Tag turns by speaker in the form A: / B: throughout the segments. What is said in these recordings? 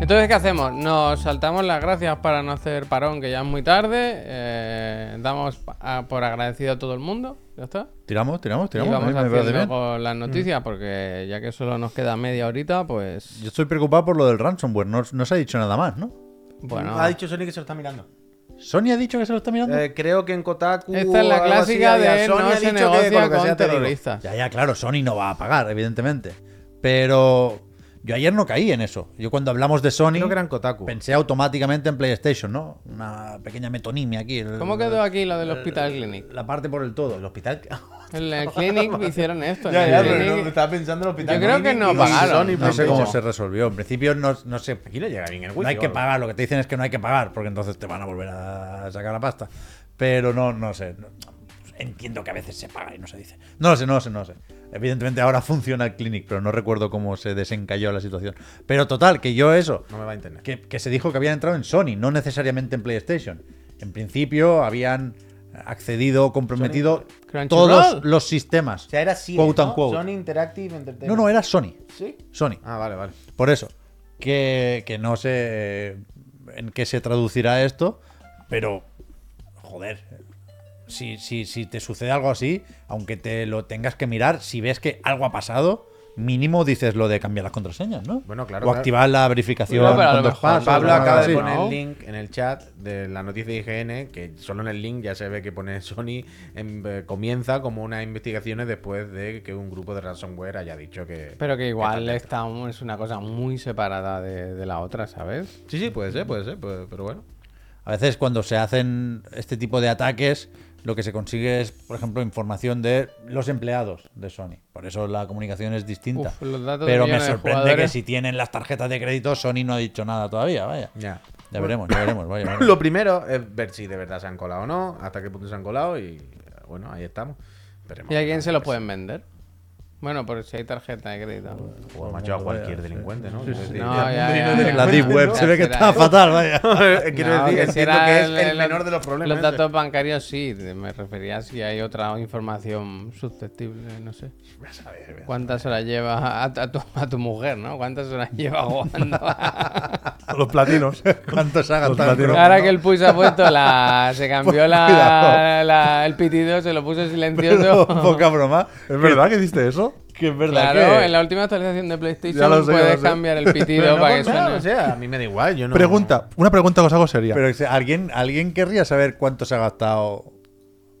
A: Entonces, ¿qué hacemos? Nos saltamos las gracias para no hacer parón, que ya es muy tarde. eh, damos pa- a- por agradecido a todo el mundo. ¿Ya está?
B: Tiramos, tiramos,
A: Y
B: tiramos. a
A: vamos
B: mí eh, me parece
A: haciendo
B: bien. Mm.
A: con las noticias, porque ya que solo nos queda media horita, pues...
B: Yo estoy preocupado por lo del ransomware. No, no se ha dicho nada más, ¿no?
A: Bueno,
C: Ha dicho Sony que se lo está mirando.
B: Sony ha dicho que se lo está mirando.
C: Eh, creo que en Kotaku.
A: Esta es la
C: o algo así
A: clásica
C: había.
A: de
C: Sony
A: no se
C: ha dicho que
A: negocia
C: lo que
A: con
C: sea te digo.
A: terroristas.
B: Ya, ya, claro, Sony no va a pagar, evidentemente. Pero yo ayer no caí en eso. Yo cuando hablamos de Sony
C: Creo que era en Kotaku.
B: pensé automáticamente en PlayStation, ¿no? Una pequeña metonimia aquí. el-
A: ¿Cómo quedó aquí lo del Hospital Clinic?
B: La parte por el todo.
C: El hospital.
A: En el Clinic hicieron esto. en
C: ya,
A: el
C: ya, pero
A: Clinic-
C: no, estaba pensando en el hospital.
A: Yo creo que no pagaron. No
C: Sony,
B: No sé
C: PlayStation.
B: cómo se resolvió. En principio no, no sé.
C: Aquí le llega bien el juicio.
B: No hay que pagar. Lo que te dicen es que no hay que pagar, porque entonces te van a volver a sacar la pasta. Pero no, no sé. No- Entiendo que a veces se paga y no se dice. No lo sé, no lo sé, no lo sé. Evidentemente ahora funciona el clinic, pero no recuerdo cómo se desencalló la situación. Pero total, que yo eso.
C: No me va a entender.
B: que, que se dijo que habían entrado en Sony, no necesariamente en PlayStation. En principio habían accedido o comprometido
A: Crunchyroll.
B: todos los sistemas.
C: O sea, era Siri,
B: Quote
C: ¿no?
B: unquote.
C: Sony Interactive Entertainment.
B: No, no, era Sony.
C: ¿Sí?
B: Sony.
C: Ah, vale, vale.
B: Por eso, que, que no sé en qué se traducirá esto, pero, joder, si, si, si te sucede algo así, aunque te lo tengas que mirar, si ves que algo ha pasado, mínimo dices lo de cambiar las contraseñas, ¿no?
C: Bueno,
B: O
C: claro, claro.
B: activar la verificación
A: Bueno, pero a
B: con
A: lo
B: dos
A: mejor
B: pasos.
C: Ah, Pablo
B: o
C: acaba de
B: algo así.
C: poner
A: ¿no?
C: el link en el chat de la noticia de IGN, que solo en el link ya se ve que pone Sony em, eh, comienza como unas investigaciones después de que un grupo de ransomware haya dicho que...
A: Pero que igual
C: tal.
A: está un- es una cosa muy separada de, de la otra, ¿sabes?
C: Sí, sí, puede ser, puede ser, puede- pero bueno.
B: A veces cuando se hacen este tipo de ataques, lo que se consigue es, por ejemplo, información de los empleados de Sony. Por eso la comunicación es distinta.
A: Uf, los datos de
B: Pero me
A: millones de
B: sorprende que
A: jugadores.
B: si tienen las tarjetas de crédito, Sony no ha dicho nada todavía, vaya. Ya
C: Ya.
B: veremos, ya veremos, vaya. vaya.
C: Lo primero es ver si de verdad se han colado o no, hasta qué punto se han colado y bueno, ahí estamos. Esperemos.
A: ¿Y a quién se lo pueden vender? Bueno, por si hay tarjeta de crédito.
C: O macho, a cualquier delincuente, ¿no? Quiero decir,
A: No, ya,
C: ya-
A: ya, ya.
C: no delincuente,
B: La Deep
C: ¿no?
B: Web se ve que
A: Será
B: está
A: eso.
B: fatal, vaya.
C: Quiero
A: No,
C: decir,
A: que si
C: entiendo
A: era
C: que es el,
A: el- el-
C: menor de los problemas.
A: Los
C: ese.
A: datos bancarios sí, de- me refería a si hay otra información susceptible, no sé.
C: A ver, a ver.
A: ¿Cuántas horas lleva a, a tu, a tu mujer, no? ¿Cuántas horas lleva jugando?
D: Los platinos.
B: ¿Cuántos ha
D: Los
B: gastado? en
D: latinos.
B: broma?
A: Ahora que el Puy se ha puesto la... Se cambió la,
B: Cuidado.
A: la- el pitido, se lo puso
B: Pero,
A: silencioso.
B: poca broma.
D: ¿Es verdad que hiciste eso?
B: Que es verdad
A: Claro,
B: que...
A: en la última actualización de PlayStation
D: Ya lo sé, ya lo
A: puedes
D: sé.
A: cambiar el pitido
C: Pero no
A: para que
C: con
A: suene.
C: nada, o sea, a mí me da igual, yo no.
D: Pregunta, una pregunta que os hago seria.
B: Pero si alguien, alguien querría saber cuánto se ha gastado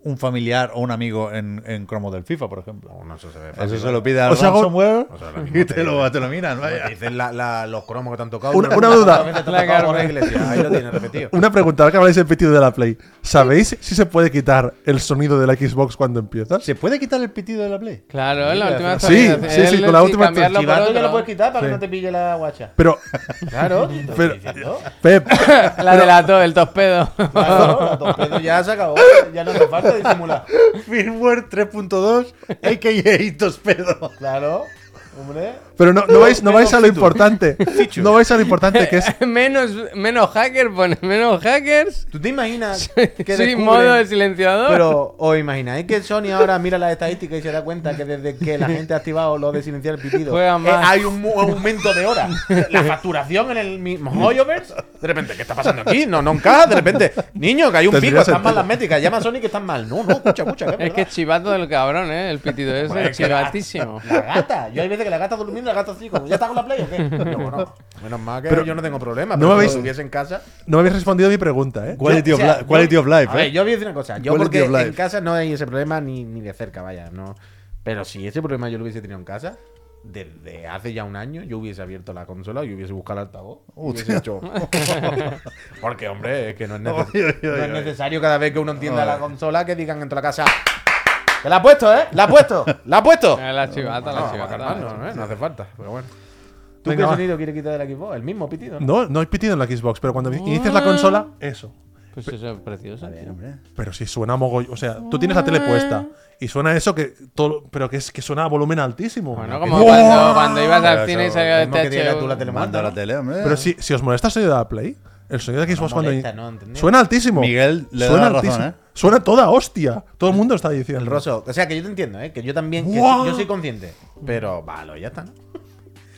B: un familiar o un amigo en, en cromo del FIFA, por ejemplo.
C: No, no, eso se ve fácil.
B: Eso se lo pide al
D: Os hago-
B: ransomware
C: O sea, ahora mismo
B: y
C: te
B: te
C: digo.
B: lo, te lo miran,
C: Te
B: vaya.
C: Dicen la- la- los cromos que te han tocado.
D: Una-
C: ¿no?
D: una duda.
C: ¿Cuántas veces te ha
A: La
C: tocado
A: carne.
C: Borja Iglesias? Ahí lo tienes repetido.
D: Una pregunta, ahora que habláis del pitido de la Play. ¿Sabéis si se puede quitar el sonido de la Xbox cuando empiezas?
B: ¿Se puede quitar el pitido de la Play?
A: Claro, en la
C: Sí,
A: última
D: sí,
A: actualización.
D: sí, sí,
A: Él
D: con la última
A: cambiarlo por
C: Chivato
A: otro.
C: ya lo puedes quitar para
D: Sí.
C: que no te pille la guacha.
D: Pero,
C: Claro, te estoy
D: Pero-
C: diciendo.
D: Pep,
A: La delató, el tospedo.
C: Claro, la torpedo ya se acabó. Ya no hace falta disimular.
B: Firmware 3.2, a.k.a. Tospedo.
C: Claro, hombre.
D: pero no, no vais, no vais a lo importante. No vais a lo importante que es.
A: menos, menos hacker, pone. Menos hackers.
C: ¿Tú te imaginas que
A: Sí,
C: descubren-
A: modo de silenciador.
C: Pero, ¿os imagináis que Sony ahora mira las estadísticas y se da cuenta que desde que la gente ha activado lo de silenciar el pitido, eh,
A: Juega más.
C: hay un mu- aumento de horas? La facturación en el mismo Hoyoverse, de repente, ¿qué está pasando aquí? No, no encaja, de repente, niño, que hay un
D: Tendría
C: pico, están
D: sentido.
C: mal las métricas, llama a Sony que están mal. No, no, escucha, escucha, que
A: Es
C: es,
A: que es
C: verdad.
A: chivato del cabrón, ¿eh? El pitido ese.
C: Bueno, es que-
A: chivatísimo.
C: La gata, yo hay veces que la gata durmiendo y la gata así, como, ¿ya está con la play o qué? Yo, bueno, menos mal que
D: Pero-
C: yo no tengo problema,
D: no
C: pero
D: me
C: si
D: habéis-
C: lo tuviese en casa.
D: No me habéis respondido a mi pregunta, ¿eh?
B: Quality,
C: Yo,
B: of,
C: o sea,
B: li- quality
C: yo-
B: of life,
C: a ver,
B: eh.
C: yo voy a decir una cosa. Yo
B: Quality
C: porque
B: of life.
C: en casa no hay ese problema ni, ni de cerca, vaya, no. Pero si ese problema yo lo hubiese tenido en casa, desde hace ya un año, yo hubiese abierto la consola y hubiese buscado el altavoz. y hubiese hecho... porque, hombre, es que no es, neces-
B: Oy, oy, oy,
C: no es
B: oy.
C: necesario cada vez que uno entienda la consola que digan en toda la casa. Que la ha puesto, ¿eh? La ha puesto, la ha puesto.
A: Eh, La chivata, la
C: No, vamos a
A: chivata. la
C: calmarnos,
A: chivata.
C: ¿eh? No hace falta, pero bueno. ¿Tú
D: Venga,
C: qué
D: va.
C: sonido quieres quitar del equipo? El mismo pitido. ¿no?
D: No, no hay pitido en la Xbox, pero cuando inicias
C: Ah.
D: la consola, eso.
A: Pues eso es precioso. tío.
D: Pero si suena mogollón. O sea, tú tienes la tele
C: Ah.
D: puesta y suena eso que todo. Pero que es que suena a volumen altísimo.
A: Bueno, como cuando, cuando ibas al cine y este salía del
C: mismo que diga tú
A: techo.
C: la tele-
B: Manda la tele, hombre.
D: Pero si, si os molesta el sonido de la Play, el sonido de Xbox cuando.
C: molesta, no, ¿entendés?
D: suena altísimo.
B: Miguel le da
D: suena
B: la razón, ¿eh?
D: Suena toda hostia. Todo el mundo está
C: El
D: diciendo.
C: roso. O sea, que yo te entiendo, ¿eh? Que yo también. que
D: ¡Guau!
C: sí- yo soy consciente. Pero, vale, ya está, ¿no?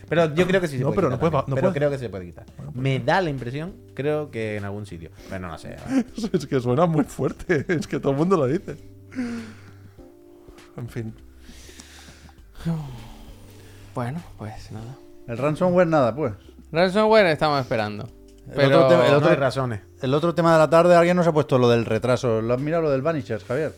C: Pero yo creo que sí se
D: No,
C: puede
D: pero
C: quitar
D: no puede
C: también,
D: pa-
C: pero
D: no puede. pues
C: creo que se puede quitar. Me da la impresión, creo que en algún sitio. Pero no lo sé.
D: Es que suena muy fuerte. Es que todo el mundo lo dice. En fin.
A: Bueno, pues nada.
B: El ransomware, nada, pues.
A: Ransomware estamos esperando.
B: El
A: Pero
B: otro tema- el
C: Pero
B: otro-
C: no hay razones. Ah,
B: El otro tema de la tarde, alguien nos ha puesto lo del retraso. ¿Lo has mirado lo del Vanishers, Javier?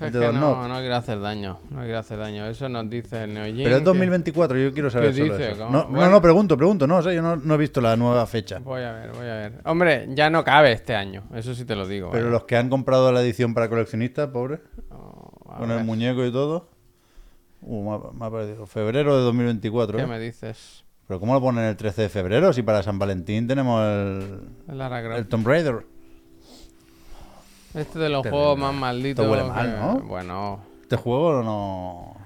A: es
B: El
A: que
B: de Don't
A: no,
B: Knock.
A: no quiero hacer daño. No quiero hacer daño. Eso nos dice el Neo Geo
B: Pero es
A: que-
B: 2024, yo quiero saber
A: ¿Qué
B: solo
A: dice?
B: eso.
A: ¿Cómo?
B: No,
A: Bueno.
B: no, no, pregunto, pregunto. No, sé, yo no, no he visto la nueva fecha.
A: Voy a ver, voy a ver. Hombre, ya no cabe este año. Eso sí te lo digo. ¿eh?
B: Pero
A: vaya.
B: los que han comprado la edición para coleccionistas, pobre,
A: Oh, a
B: con el
A: ver,
B: muñeco y todo. Uh, me ha- me ha parecido. Febrero de 2024.
A: ¿Qué
B: ¿eh?
A: me dices?
B: Pero ¿cómo lo ponen el 13 de febrero? Si para San Valentín tenemos el,
A: Lara Croft.
B: el Tomb Raider.
A: Este de los
B: Terrible.
A: juegos más malditos.
B: Esto huele mal,
A: que-
B: ¿no?
A: Bueno.
B: Este juego no.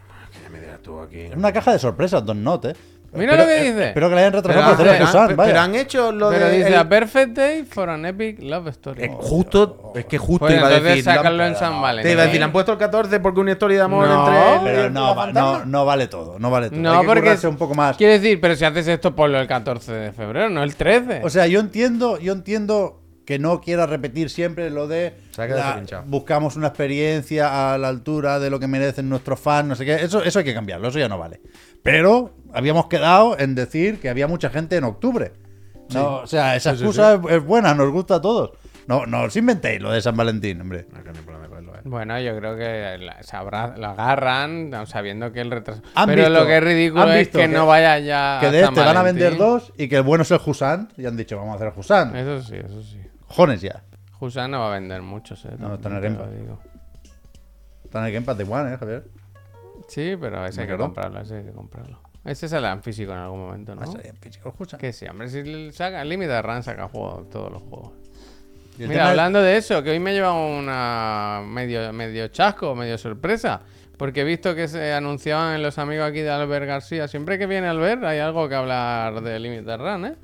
C: ¿Qué me dirás tú aquí?
B: Es una caja de sorpresas, Don Not, ¿eh?
A: Mira
B: Espero-
A: lo que
B: eh,
A: dice.
B: Espero que la hayan
A: Pero
B: retrasado por hacer
A: hace-
B: a Susan,
C: ah, pero,
B: vaya.
C: han hecho lo
A: Pero
C: de.
A: dice
C: el-
A: A Perfect Day for an Epic Love Story.
C: Eh, justo, es que justo
A: Pues
C: iba a
A: entonces
C: decir.
A: sacarlo en
B: no,
A: San
B: no,
A: Valentín.
C: Te iba a decir, le han puesto el 14 porque una historia de amor
A: No,
C: entre él.
B: Pero no, va- no, no vale todo, no vale todo.
A: No,
B: Hay que
A: porque-
B: currarse un poco más.
A: Quiero decir, pero si haces esto, ponlo el 14 de febrero, no el 13.
B: O sea, yo entiendo, yo entiendo que no quiera repetir siempre lo de
C: Se ha quedado
B: la-
C: pinchado.
B: buscamos una experiencia a la altura de lo que merecen nuestros fans, no sé qué. Eso, eso hay que cambiarlo, eso ya no vale. Pero habíamos quedado en decir que había mucha gente en octubre. No, o sea, esa
D: Sí, sí,
B: excusa es- es buena, nos gusta a todos. No, no os inventéis lo de San Valentín, hombre.
C: No, que no hay problema con lo de-
A: Bueno, yo creo que la- se abra- lo agarran no, sabiendo que el retraso.
B: Han
A: Pero
B: visto-
A: lo que es ridículo
B: han
A: es
B: visto
A: que,
B: que-
A: no vaya ya.
B: Que
A: a
B: de
A: Ah, San
B: este van a
A: Valentín. Eh.
B: vender dos y que el bueno es el Husant. Y han dicho, vamos a hacer el Husant.
A: Eso sí, eso sí.
B: Jones ya.
A: Husán no va a vender muchos, eh. también
B: No, está en el
A: te
B: Game
A: lo
B: Pass.
A: digo.
B: Están en el Game Pass de One, ¿eh, Javier?
A: Sí, pero ese hay que
B: quedo.
A: comprarlo, ese hay que comprarlo. Ese sale en físico en algún momento,
B: Va a
A: ¿no?
B: salir en físico el Husant.
A: Que sí, hombre, si le saca, Limited Run saca juego, todos los juegos.
B: Y el
A: Mira,
B: tema es-
A: hablando de eso, que hoy me he llevado una medio, medio chasco, medio sorpresa, porque he visto que se anunciaban en los amigos aquí de Albert García, siempre que viene Albert hay algo que hablar de Limited Run, ¿eh?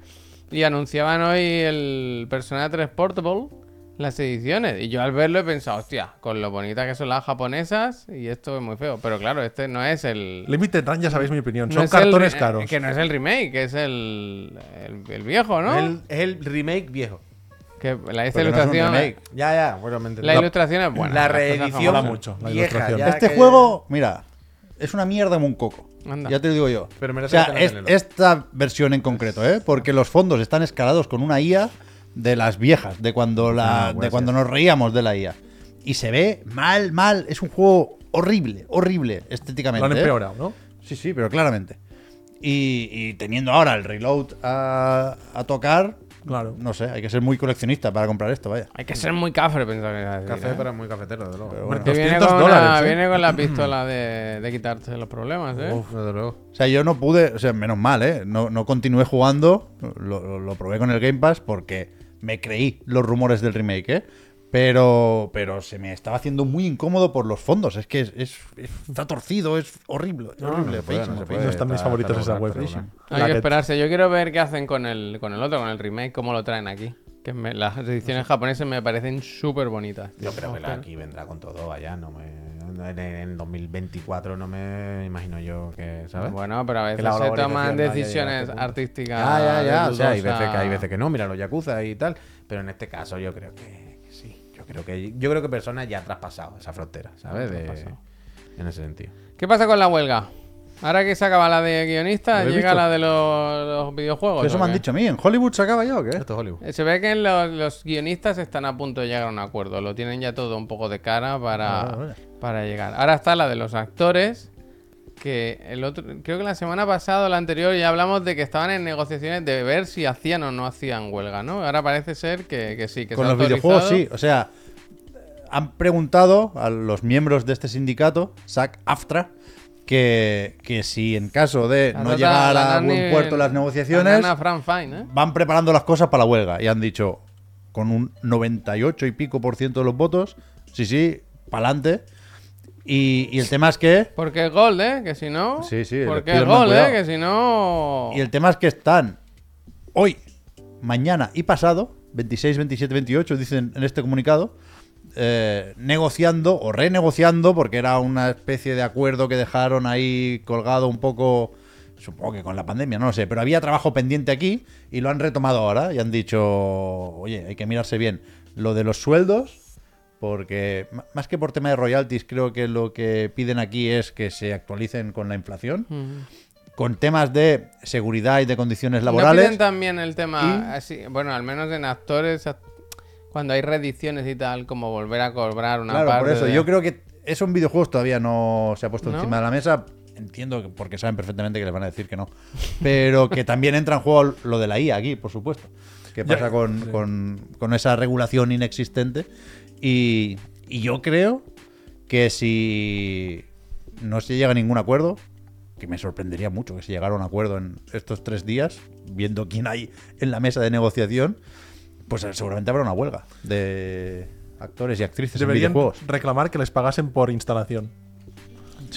A: Y anunciaban hoy el Persona 3 Portable, las ediciones, y yo al verlo he pensado, hostia, con lo bonitas que son las japonesas, y esto es muy feo, pero claro, este no es el...
D: Limited Run, ya sabéis mi opinión.
A: no
D: Son
A: es el eh,
D: cartones
A: re-
D: caros.
A: Que no es el remake, que es el, el, el viejo, ¿no?
C: Es el- es el remake viejo.
A: Que la esta
B: Porque no es un
A: ilustración...
B: remake.
C: Ya, ya, bueno, me entendí.
A: La ilustración es buena.
C: la
A: las cosas
C: reedición
A: como
D: mola mucho, la
C: vieja,
D: ilustración.
C: ya
B: Este
C: que-
B: juego, mira, es una mierda como un coco.
A: Anda.
B: Ya te lo digo yo.
C: Pero
B: o
C: merece
B: sea,
C: la pena
B: es-
C: tenerlo.
B: esta versión en concreto, ¿eh? Porque los fondos están escalados con una IA de las viejas, de cuando, la, de cuando nos reíamos de la IA. Y se ve mal, mal. Es un juego horrible, horrible estéticamente.
D: Lo han
B: ¿eh?
D: empeorado, ¿no?
B: Sí, sí, pero claramente. Y, y teniendo ahora el reload a, a tocar,
D: Claro.
B: no sé, hay que ser muy coleccionista para comprar esto, vaya.
A: Hay que ser muy cafre, pensaba que iba a decir,
C: Café,
A: ¿eh?
C: pero muy cafetero, desde luego.
B: bueno.
A: Que viene,
D: 200
A: con
D: dólares,
A: la,
D: ¿eh?
A: viene con la pistola de, de quitarse los problemas, ¿eh?
C: Uf, desde luego.
B: O sea, yo no pude, o sea, menos mal, ¿eh? No, no continué jugando, lo, lo- lo probé con el Game Pass porque me creí los rumores del remake, ¿eh? Pero, pero se me estaba haciendo muy incómodo por los fondos, es que es, es- es- está torcido, es horrible, horrible,
C: no se puede,
B: feísimo,
C: no se
B: feísimo.
D: No están mis
C: está-
D: favoritos
C: está
D: esa web.
C: regular, está
A: Hay que esperarse. Yo quiero ver qué hacen con el, con el otro, con el remake, cómo lo traen aquí. Que me- las ediciones japonesas me parecen súper bonitas.
C: Yo creo que la aquí vendrá con todo allá, no me... En, en 2024 no me imagino yo que, ¿sabes?
A: Bueno, pero a veces
C: la
A: se
C: valorización
A: toman
C: no haya
A: decisiones
C: llegado a este punto.
A: artísticas.
C: Ya, ya, ya.
A: de
C: O sea, hay
A: dudosa-
C: veces, que, hay veces que no, mira los Yakuza y tal. Pero en este caso yo creo que, que sí. Yo creo que, yo creo que personas ya ha traspasado esa frontera, ¿sabes? De-
A: Traspasado.
C: en ese sentido.
A: ¿Qué pasa con la huelga? Ahora que se acaba la de guionistas,
D: ¿Lo habéis
A: llega
D: visto?
A: la de los, los videojuegos.
B: Eso
A: ¿o
B: me han
A: qué?
B: dicho a mí, ¿en Hollywood se acaba ya o qué?
C: Esto es Hollywood.
A: Eh, Se ve que los, los guionistas están a punto de llegar a un acuerdo. Lo tienen ya todo un poco de cara para,
B: Ah, vale.
A: para llegar. Ahora está la de los actores. Que el otro, creo que la semana pasada o la anterior ya hablamos de que estaban en negociaciones de ver si hacían o no hacían huelga, ¿no? Ahora parece ser que, que sí, que
B: con
A: se ha
B: los videojuegos sí.
A: autorizado.
B: O sea, han preguntado a los miembros de este sindicato, SAC AFTRA, que, que si en caso de
A: La
B: no
A: nota-
B: llegar
A: la
B: a
A: Nani-
B: buen puerto las
A: la
B: negociaciones,
A: Nana Fran Fine, ¿eh?
B: van preparando las cosas para la huelga. Y han dicho, con un 98 y pico por ciento de los votos, sí, sí, pa'lante. Y, y el tema es que.
A: Porque el gol, ¿eh? Que si no.
B: Sí, sí, les
A: Porque
B: pido
A: el
B: el más
A: gol, ¿eh?
B: cuidado.
A: Que si no.
B: Y el tema es que están hoy, mañana y pasado, 26, 27, 28, dicen en este comunicado, eh, negociando o renegociando, porque era una especie de acuerdo que dejaron ahí colgado un poco Supongo que con la pandemia, no lo sé, pero había trabajo pendiente aquí y lo han retomado ahora y han dicho, oye, hay que mirarse bien lo de los sueldos, porque m- más que por tema de royalties, creo que lo que piden aquí es que se actualicen con la inflación,
A: mm.
B: con temas de seguridad y de condiciones
A: No
B: laborales.
A: piden también el tema, así, bueno, al menos en actores, act- cuando hay reediciones y tal, como volver a cobrar una
B: Claro,
A: parte.
B: por eso.
A: de-
B: Yo creo que eso en videojuegos todavía no se ha puesto
A: ¿No?
B: encima de la mesa. Entiendo que porque saben perfectamente que les van a decir que no. Pero que también entra en juego lo de la IA aquí, por supuesto. Que
D: Ya,
B: pasa con,
D: sí.
B: con- con esa regulación inexistente. Y, y yo creo que si no se llega a ningún acuerdo, que me sorprendería mucho que se llegara a un acuerdo en estos tres días, viendo quién hay en la mesa de negociación, pues seguramente habrá una huelga de actores y actrices en
D: Deberían
B: videojuegos.
D: reclamar que les pagasen por instalación.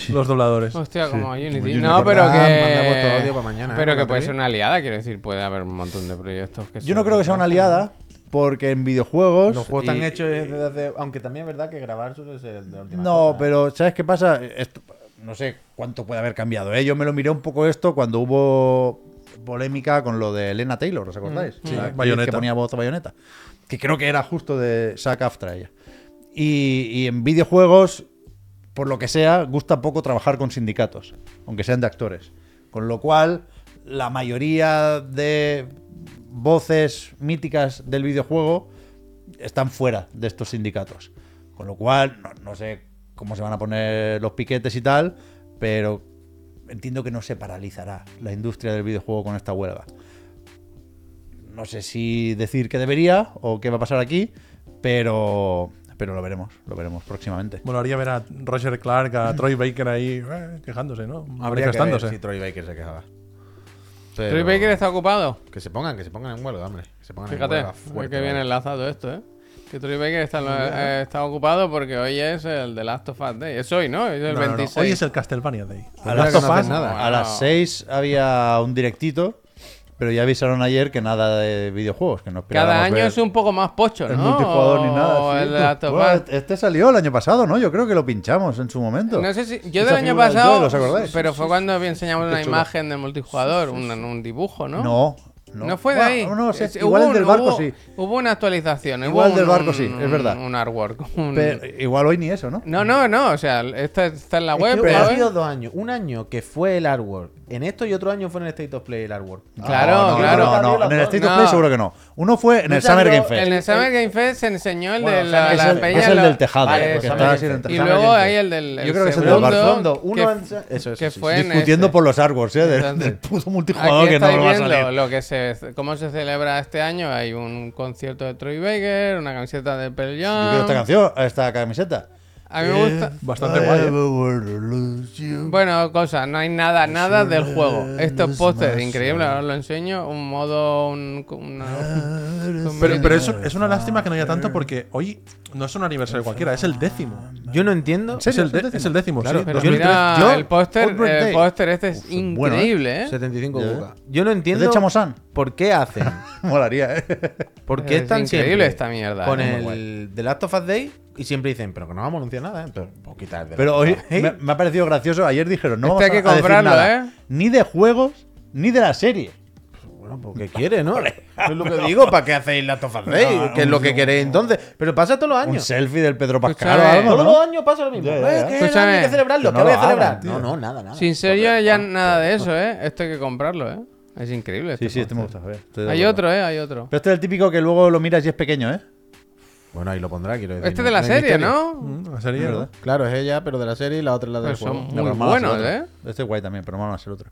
D: Los dobladores.
A: Hostia, como Unity.
B: Como Unity,
A: No, pero
C: ¿verdad?
A: que.
C: Mandamos todo audio para mañana, ¿eh?
A: pero que
C: Para
A: puede
C: pedir.
A: ser una aliada, quiero decir, puede haber un montón de proyectos que
B: Yo no creo que sea una aliada, porque en videojuegos.
C: Los juegos
B: y-
C: están hechos desde hace. Aunque también es verdad que grabar solo es el de la última.
B: No,
C: cosa.
B: pero ¿sabes qué pasa? Esto- no sé cuánto puede haber cambiado. ¿eh? Yo me lo miré un poco esto cuando hubo polémica con lo de Elena Taylor, ¿os acordáis?
D: Sí,
B: La actriz
D: Bayonetta.
B: Que ponía voz a Bayonetta. Que creo que era justo de Zack Aftra ella. Y, y en videojuegos, por lo que sea, gusta poco trabajar con sindicatos, aunque sean de actores. Con lo cual, la mayoría de voces míticas del videojuego están fuera de estos sindicatos. Con lo cual, no, no sé cómo se van a poner los piquetes y tal, pero entiendo que no se paralizará la industria del videojuego con esta huelga. No sé si decir que debería o qué va a pasar aquí, pero, pero lo veremos, lo veremos próximamente.
C: Pues
D: Bueno, haría ver a Roger Clark, a Troy Baker ahí eh, quejándose, ¿no?
C: Habría que ver
D: Manifestándose.
C: si Troy Baker se quejaba.
A: Troy
C: Pero-
A: Baker está ocupado.
C: Que se pongan, que se pongan en huelga, hombre. Que se pongan
A: Fíjate,
C: en huelga.
A: es
C: fuerte,
A: que bien
C: vale.
A: enlazado esto, ¿eh? Que Troy Baker está, eh, está ocupado porque hoy es el de Last of Us Day. Es hoy, ¿no? Es el
D: No, no, no.
A: 26.
D: Hoy es el Castlevania Day.
B: A
C: Pues mira
B: las,
C: que no
B: sopas,
C: hacen nada.
B: a
A: Wow.
B: las 6 había un directito, pero ya avisaron ayer que nada de videojuegos, que no esperábamos
A: Cada año
B: ver
A: es un poco más pocho,
B: el
A: ¿no?
B: multijugador ni nada.
A: O
B: sí.
A: el de Last of Us.
B: Bueno, este salió el año pasado, ¿no? Yo creo que lo pinchamos en su momento.
A: No sé si. Yo
B: Esa
A: del año
B: figura del
A: pasado.
B: Joel, ¿os acordáis?
A: pero fue cuando enseñamos una
B: chulo.
A: imagen de multijugador, un, un dibujo, ¿no?
B: No,
A: No, fue de
B: Bueno,
A: ahí.
B: No, no sé.
A: Es-
B: Igual
A: hubo
B: el del
A: un-
B: barco
A: hubo-
B: sí.
A: Hubo una actualización. ¿eh?
B: Igual
A: hubo
B: del
A: un-
B: barco sí, es
A: un-
B: verdad.
A: Un artwork. un- Mm,
B: Pero igual hoy ni eso, ¿no?
A: No, no, no. O sea, esta está en la
C: Es
A: web. ¿eh?
C: que
A: ¿sabes?
C: ha sido dos años. Un año que fue el artwork. En esto y otro año fue en el State of Play el artwork.
A: Claro,
B: No, no,
A: claro.
B: No, no, En el State of
A: No.
B: Play seguro que no. Uno fue en
C: No
B: el Summer
C: salió
B: Game Fest.
A: En el Summer Game Fest se enseñó el
C: Bueno,
A: de
C: o sea,
A: la,
C: que es
A: la
B: el-
A: peña.
B: es el
A: la-
B: del tejado,
A: Vale,
C: que
A: pues
C: está
A: Summer
C: así en el
A: Game Fest.
C: tejado.
A: Y luego
C: Summer Game
A: hay
C: Fest.
A: el del.
B: Yo creo que es el del
A: segundo,
B: Warzone.
C: Uno en-
A: que-
C: eso, eso,
A: que
C: eso,
A: fue en
B: Discutiendo
A: este.
B: por los artworks, ¿eh? Del,
A: Entonces,
B: del puto multijugador
A: Aquí
B: que no
A: estáis
B: lo va a
A: viendo
B: salir.
A: lo que se, cómo se celebra este año. Hay un concierto de Troy Baker, una camiseta de Pearl
B: Yo quiero esta
A: Jam.
B: canción, esta camiseta.
A: A mí me gusta.
D: Bastante guay. ¿eh?
A: Bueno, cosas, no hay nada, nada del juego. Estos
B: Los
A: pósters,
B: más,
A: increíble, ahora os lo enseño. Un modo, un.
B: Ah,
A: una- un
D: Pero, pero
A: mini-
D: eso es una lástima que no haya tanto porque hoy no es un aniversario cualquiera, es el décimo.
C: Yo no entiendo.
D: Es el, de- es el décimo, sí.
A: Pero
D: 2003.
A: mira,
C: Yo-
A: el póster,
B: Outbreak
A: el
B: Day.
A: póster este es
B: bueno, ¿eh?
A: increíble, ¿eh?
C: 75
B: Ya.
C: bucas. Yo no
B: ¿Es
C: entiendo.
B: de Chamosan?
C: ¿Por qué hacen?
B: Molaría, ¿eh?
C: ¿Por qué
A: Es
C: están
A: increíble
C: siempre
A: esta mierda,
C: Con
A: eh, muy
C: el The Last of Us Day y siempre dicen, pero que no vamos a anunciar nada. Entonces, pues quitar el The
B: Pero
C: Last
B: hoy
C: of Us Day.
B: me, me ha parecido gracioso. Ayer dijeron, no vamos
A: Este hay
B: a,
A: que
B: a decir
A: comprarlo,
B: nada,
A: ¿eh?
B: Ni de juegos, ni de la serie.
C: Bueno, porque quiere, ¿no? es lo que digo, ¿para qué hacéis Last of Us Day?
B: No,
C: que es lo que
B: no.
C: queréis entonces. Pero pasa todos los
B: Un
C: años.
B: selfie del Pedro Pascal o
A: Escúchame.
B: algo,
C: Todos
B: ¿no?
C: los años pasa lo mismo.
B: Ya, ya, ya.
C: Eh, que no hay
A: Escúchame.
C: que celebrarlo,
B: Que
C: que
B: no
C: voy a
B: lo hagan,
C: celebrar.
B: tío.
C: no, no, nada, nada.
A: Sin serio, ya nada de eso, ¿eh? Esto hay que comprarlo, ¿eh? Es increíble.
B: Sí,
A: este
B: sí, este me
A: póster.
B: gusta. a ver, estoy de
A: Hay
B: acuerdo.
A: otro, ¿eh? Hay otro.
B: Pero este es el típico que luego lo miras y es pequeño, ¿eh?
C: Bueno, ahí lo pondrá, quiero decir.
A: Este de la
C: hay
A: serie,
C: misterio.
A: ¿no?
D: Mm, la serie, ¿no?
B: ¿Verdad?
C: Claro, es ella, pero de la serie y la otra es la del
A: Pero son
C: juego.
A: muy
B: No, pero malo es el
A: buenos,
B: otro.
A: ¿eh?
B: Este es guay también, pero malo va a ser otro.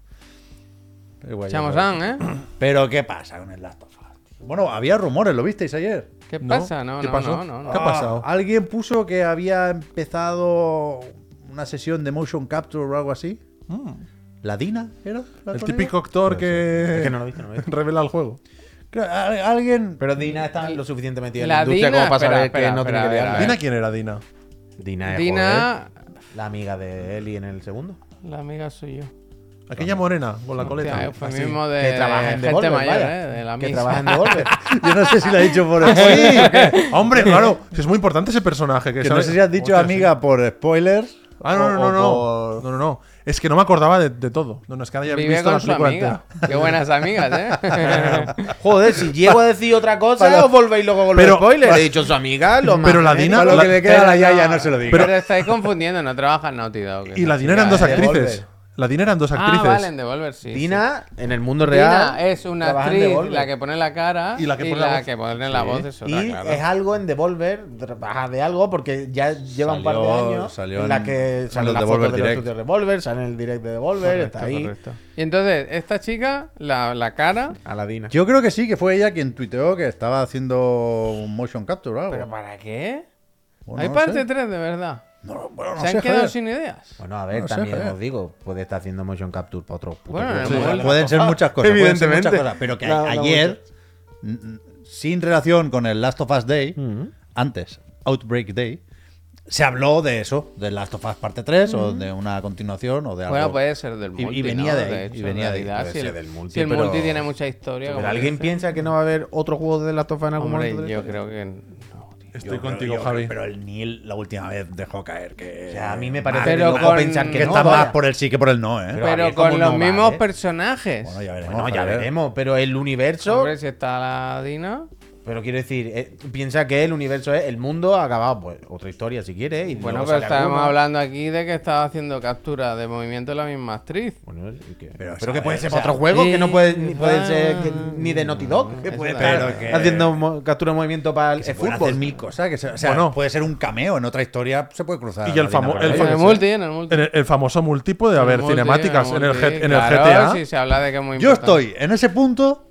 B: Es guay, ya
A: Chamosan, ¿eh?
B: lo- Pero ¿qué pasa con el Last of Us, tío? Bueno, había rumores, ¿lo visteis ayer?
A: ¿Qué
D: No.
A: pasa? No,
D: ¿Qué
A: no,
D: pasó?
A: no, no, no.
D: ¿Qué ha
B: Ah,
D: pasado?
B: Alguien puso que había empezado una sesión de motion capture o algo así. ¿La Dina era? la
D: Mm. El
B: colega?
D: típico actor que,
C: Es que no lo ¿eh? he visto, no lo he visto.
D: revela el juego.
B: Creo- al- Alguien.
C: Pero Dina está lo suficiente metida en
A: La
C: la industria
A: Dina-
C: como para
A: espera,
C: saber
A: espera,
C: que no
A: espera,
C: tiene que
A: a
C: ver.
A: ver.
D: ¿Dina quién era Dina?
C: Dina,
A: Dina,
C: la amiga de Eli en el segundo.
A: la amiga soy yo.
D: Aquella morena con la coleta. Ah,
A: Hostia, eufemismo de,
C: Que trabaja en
A: gente
C: Devolver,
A: mayor,
C: vaya.
A: ¿eh? De la
C: Que
A: misa.
C: trabaja en Devolver.
B: Yo no sé si la he dicho por spoiler.
D: ¡Sí! Hombre, claro. si Es muy importante ese personaje. Que,
B: que no
D: sabes-
B: sé si has dicho
D: Hostia, sí.
B: amiga por spoilers
D: Ah, no,
C: O-
D: no,
C: o
D: no, no.
C: por-
D: No, no, no. Es que no me acordaba de, de todo. No, no, es que ahora ya he
A: Vive
D: visto la
A: con su
D: película
A: amiga.
D: entera.
A: Qué buenas amigas, ¿eh?
C: Joder, si llego a decir otra cosa,
B: Para-
C: os volvéis loco con
D: Pero-
C: los spoilers.
D: pa-
C: He dicho su amiga, lo
D: pero
C: más-
D: la Dina-
B: Para lo
D: la-
B: que le queda a la
A: Pero
B: Yaya
A: no.
B: no se lo digo.
A: Pero,
D: Pero-
A: estáis confundiendo, no trabaja en Naughty Dog.
D: Y la Dina
A: Dina
D: eran dos
B: de
D: actrices. La Dina eran dos
A: Ah,
D: actrices.
A: vale, en Devolver, sí.
C: Dina, en el mundo
A: sí.
C: real.
A: Dina es una
C: trabaja en
A: actriz,
C: Devolver.
A: la que pone la cara
D: Y la que pone la voz.
A: que pone la voz es otra,
C: y
A: claro.
C: es algo en Devolver, trabaja de algo, porque ya lleva un par de
B: Salió-
C: años
B: salió
C: en la
B: en-
C: que
B: en
C: salen
B: los
C: las
B: Devolver
C: fotos de los
B: Direct.
C: estudios de Devolver, sale en el direct de Devolver, está ahí.
A: Y entonces, esta chica, la, la cara.
C: A la Dina.
B: Yo creo que sí, que fue ella quien tuiteó que estaba haciendo un motion capture o algo.
A: ¿Pero para qué?
B: Bueno,
A: Hay
B: no
A: parte
B: sé.
A: 3 de verdad.
B: No, bueno, no
A: Se han
B: sé,
A: quedado
B: joder.
A: sin ideas.
C: Bueno, a ver,
B: No sé,
C: también
B: joder.
C: os digo, puede estar haciendo motion capture para otros putos.
A: Bueno, en el
B: Sí,
A: móvil.
C: juegos.
A: la
B: pueden ser muchas cosas, pueden ser
C: Evidentemente.
B: muchas cosas, pero que
C: La-
B: a-
C: la
B: ayer, n- sin relación con el Last of Us Day, antes, Outbreak Day, se habló de eso, de Last of Us parte 3 o de una continuación o de algo.
A: Bueno, pues, puede ser del
B: Y- y
A: multi.
B: venía
A: ¿no?
B: de ahí, y
A: hecho,
B: venía
A: en
B: de ahí,
A: realidad,
C: puede
A: si el-
C: ser del multi,
A: Si el
C: pero-
A: multi tiene mucha historia.
C: Pero
A: como
C: ¿Alguien
A: dice.
C: piensa que no va a haber otro juego de Last of Us en algún
A: Hombre,
C: momento? de
A: yo
C: esto?
A: creo que. no, tío.
B: Yo
D: Estoy
B: creo-
D: contigo,
B: yo creo,
D: Javi.
B: Pero el Neil la última vez dejó caer que.
C: O sea, a mí me parece
A: Pero
C: loco
A: con-
C: pensar que,
B: que
C: no.
B: está
C: vaya.
B: más por el sí que por el no, ¿eh?
C: Pero a
A: Pero
C: ver, ¿cómo
A: con los
C: no
A: mismos
C: vale?
A: personajes.
B: pues, Bueno, ya veremos.
C: Bueno, ya
B: joder.
C: veremos, pero el universo.
A: Hombre, si está la Dina.
C: Pero quiero decir, eh, piensa que el universo es el mundo ha acabado. Pues otra historia si quieres. Y
A: Bueno,
C: luego
A: pero
C: sale
A: estábamos
C: alguno.
A: hablando aquí de que estaba haciendo captura de movimiento la misma actriz.
C: Bueno, y que- pero
B: Pero,
C: que
B: ¿sabes?
C: puede ser
B: O sea,
C: otro juego, que no puede, ni
A: y-
C: puede ser que- ni de Naughty Dog, que
A: Eso
C: puede
A: también.
C: estar
B: Pero que-
C: haciendo mo- captura de movimiento para el
B: Que se pueden
C: fútbol.
B: hacer mil cosas. Que se- o sea,
D: Bueno.
B: puede ser un cameo en otra historia, se puede cruzar.
D: Y el
B: la línea
D: famo-
B: por
D: el
B: ahí.
A: En el
D: fam-
A: multi, en el multi.
D: En el, el famoso multi puede
A: En el
D: haber
A: multi,
D: cinemáticas en el,
A: multi.
D: G- en el
A: Claro,
D: GTA.
A: sí, se habla de que es muy
B: Yo
A: importante.
B: estoy en ese punto.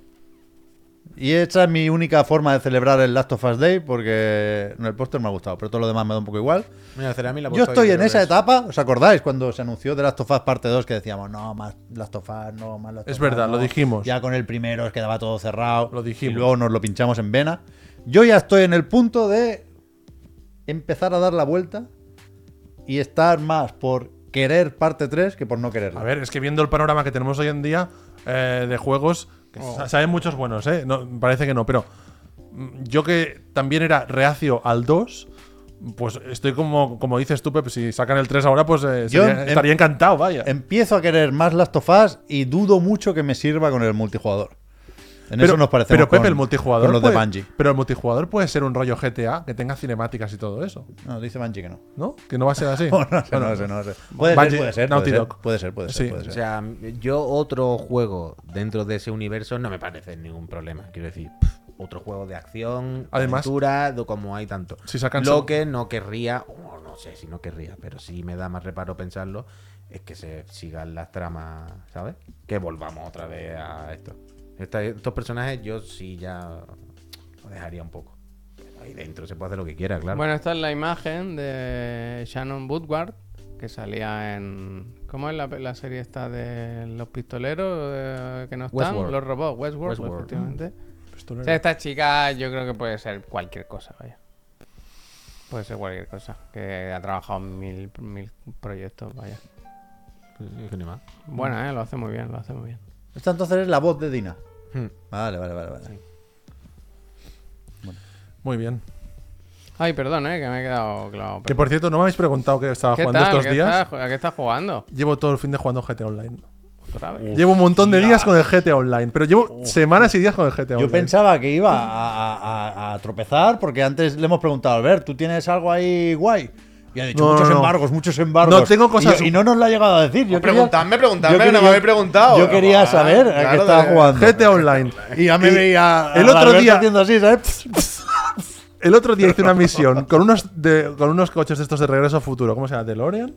B: Y esta es mi única forma de celebrar el Last of Us Day porque no, el póster me ha gustado, pero todo lo demás me da un poco igual.
C: Mira, el Cerami la ha
B: Yo
C: puesto ahí,
B: estoy en
C: creo que
B: esa
C: es.
B: etapa, ¿os acordáis cuando se anunció de Last of Us parte 2 que decíamos, no, más Last of Us, no, más Last
D: Es
B: of Us,
D: verdad,
B: no"?
D: lo dijimos.
B: Ya con el primero os quedaba todo cerrado.
D: Lo dijimos.
B: Y luego nos lo pinchamos en vena. Yo ya estoy en el punto de empezar a dar la vuelta y estar más por querer parte 3 que por no quererla.
D: A ver, es que viendo el panorama que tenemos hoy en día eh, de juegos, que
A: Oh.
D: sa- saben muchos buenos, ¿eh? No, parece que no, pero mm, yo que también era reacio al 2, pues estoy como, como dices tú, Pep, si sacan el 3 ahora, pues eh,
B: Yo
D: sería-
B: em-
D: estaría encantado, vaya.
B: Empiezo a querer más Last of Us y dudo mucho que me sirva con el multijugador. En eso nos parece
D: pero Pepe, el multijugador.
B: Con los de
D: puede-
B: Bungie.
D: Pero el multijugador puede ser un rollo GTA que tenga cinemáticas y todo eso,
B: No, dice Bungie que no.
D: ¿no? Que no va a ser así.
B: No, no sé, no sé, no sé. Puede
D: Bungie,
B: ser, puede ser.
D: Naughty
B: Puede ser,
D: Dog.
B: puede ser, puede ser,
D: Sí.
B: puede ser.
C: O sea, yo otro juego dentro de ese universo no me parece ningún problema. Quiero decir, pff, otro juego de acción,
D: Además-
C: aventura, do- como hay tanto.
D: Si sacan
C: Lo
D: seg-
C: que no querría, o no sé si no querría, pero sí me da más reparo pensarlo, es que se sigan las tramas, ¿sabes? Que volvamos otra vez a esto. Esta- estos personajes yo sí ya lo dejaría un poco. Pero ahí dentro se puede hacer lo que quiera, claro.
A: Bueno, esta es la imagen de Shannon Woodward, que salía en. ¿Cómo es la, la serie esta de los pistoleros eh, que no están?
C: Westworld.
A: Los robots, Westworld,
C: Westworld.
A: efectivamente.
D: Mm. Pistolero.
A: O sea, esta chica yo creo que puede ser cualquier cosa, vaya. Puede ser cualquier cosa. Que ha trabajado en mil, mil proyectos, vaya.
C: Es que ni más.
A: Bueno, eh, lo hace muy bien, lo hace muy bien.
B: Esta entonces es la voz de Dina.
C: Hmm.
B: Vale, vale, vale. vale.
D: Muy bien.
A: Ay, perdón, eh, que me he quedado clavado.
D: Que por cierto, no me habéis preguntado qué estaba
A: ¿Qué
D: jugando
A: tal?
D: estos
A: ¿Qué
D: días.
A: estás- ¿A qué estás jugando?
D: Llevo todo el fin de jugando GTA Online.
A: Otra vez.
D: Llevo un montón de días con el GTA Online, pero llevo semanas y días con el GTA Online.
B: Yo pensaba que iba a, a- a- a tropezar porque antes le hemos preguntado, Albert, ¿tú tienes algo ahí guay? Y ha dicho
D: No, no,
B: muchos
D: no.
B: embargos, muchos embargos.
D: No, tengo
B: Y yo-
D: cosas-
B: Y, no nos lo ha llegado a decir. Yo
C: Preguntadme, preguntadme,
B: yo quería-
C: no me habéis preguntado. Ah,
B: Yo quería saber a qué
C: Claro,
B: estaba
C: de-
B: jugando.
D: GTA Online.
B: Y ya me veía
D: el otro
B: Alberto
D: día-
B: haciendo así, ¿sabes?
D: El otro día hice una misión con unos, de- con unos coches de estos de regreso al futuro. ¿Cómo se llama? ¿DeLorean?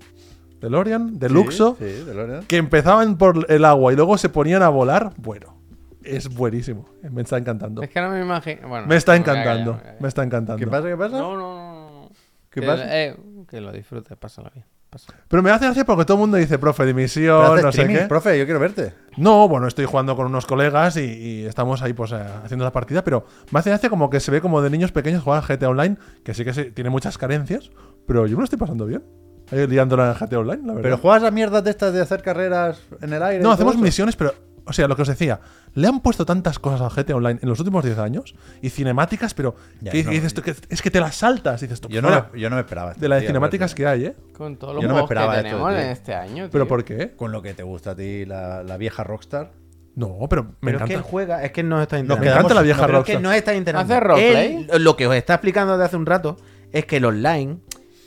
D: ¿DeLorean? ¿Deluxo?
B: Sí, de Lorean.
D: Que empezaban por el agua y luego se ponían a volar. Bueno, es buenísimo. Me está encantando.
A: Es que no me imagino. Bueno,
D: Me está
A: no, ya, ya,
D: encantando.
A: ya, ya.
D: Me está
B: ¿Qué
D: encantando.
B: pasa? ¿Qué pasa?
A: No, no, no. no.
B: ¿Qué
A: que,
B: pasa?
A: eh, que lo disfrutes, pásalo bien. pásalo.
D: Pero me hace gracia porque todo el mundo dice, profe,
B: Pero
D: dimisión,
B: haces
D: no sé
B: streaming,
D: qué.
B: profe, yo quiero verte.
D: No, bueno, estoy jugando con unos colegas y, y estamos ahí pues eh, haciendo la partida, pero me hace gracia como que se ve como de niños pequeños jugar al GTA Online, que sí que sí, tiene muchas carencias, pero yo me lo estoy pasando bien. Ahí liándola en el GTA Online, la verdad.
B: Pero juegas a mierdas de estas de hacer carreras en el aire. y
D: no,
B: todo
D: hacemos
B: eso?
D: misiones, pero o sea, lo que os decía, le han puesto tantas cosas al GTA Online en los últimos 10 años y cinemáticas, pero
B: Ya,
D: que-
B: no,
D: que dices tú, que- es que te las saltas, dices tú.
B: Yo no,
D: fuera
B: me- yo no me esperaba. este esto,
D: de las
B: tío,
D: cinemáticas que hay, ¿eh?
A: Con todos los
B: Yo no me
A: juegos
B: esperaba
A: que
B: esto,
A: tenemos
B: tío.
A: en este año,
D: ¿Pero
A: tío.
D: por qué?
B: Con lo que te gusta a ti, la, la vieja Rockstar.
D: No, pero me
C: Pero es que él
D: encanta.
C: juega, es que no está
B: Nos
D: Me
C: enterando.
B: quedamos-
D: encanta la vieja
B: no,
C: Pero es
D: Rockstar.
C: que no está enterando.
A: ¿Hace roleplay?
C: Él, lo que os está explicando de hace un rato es que el online,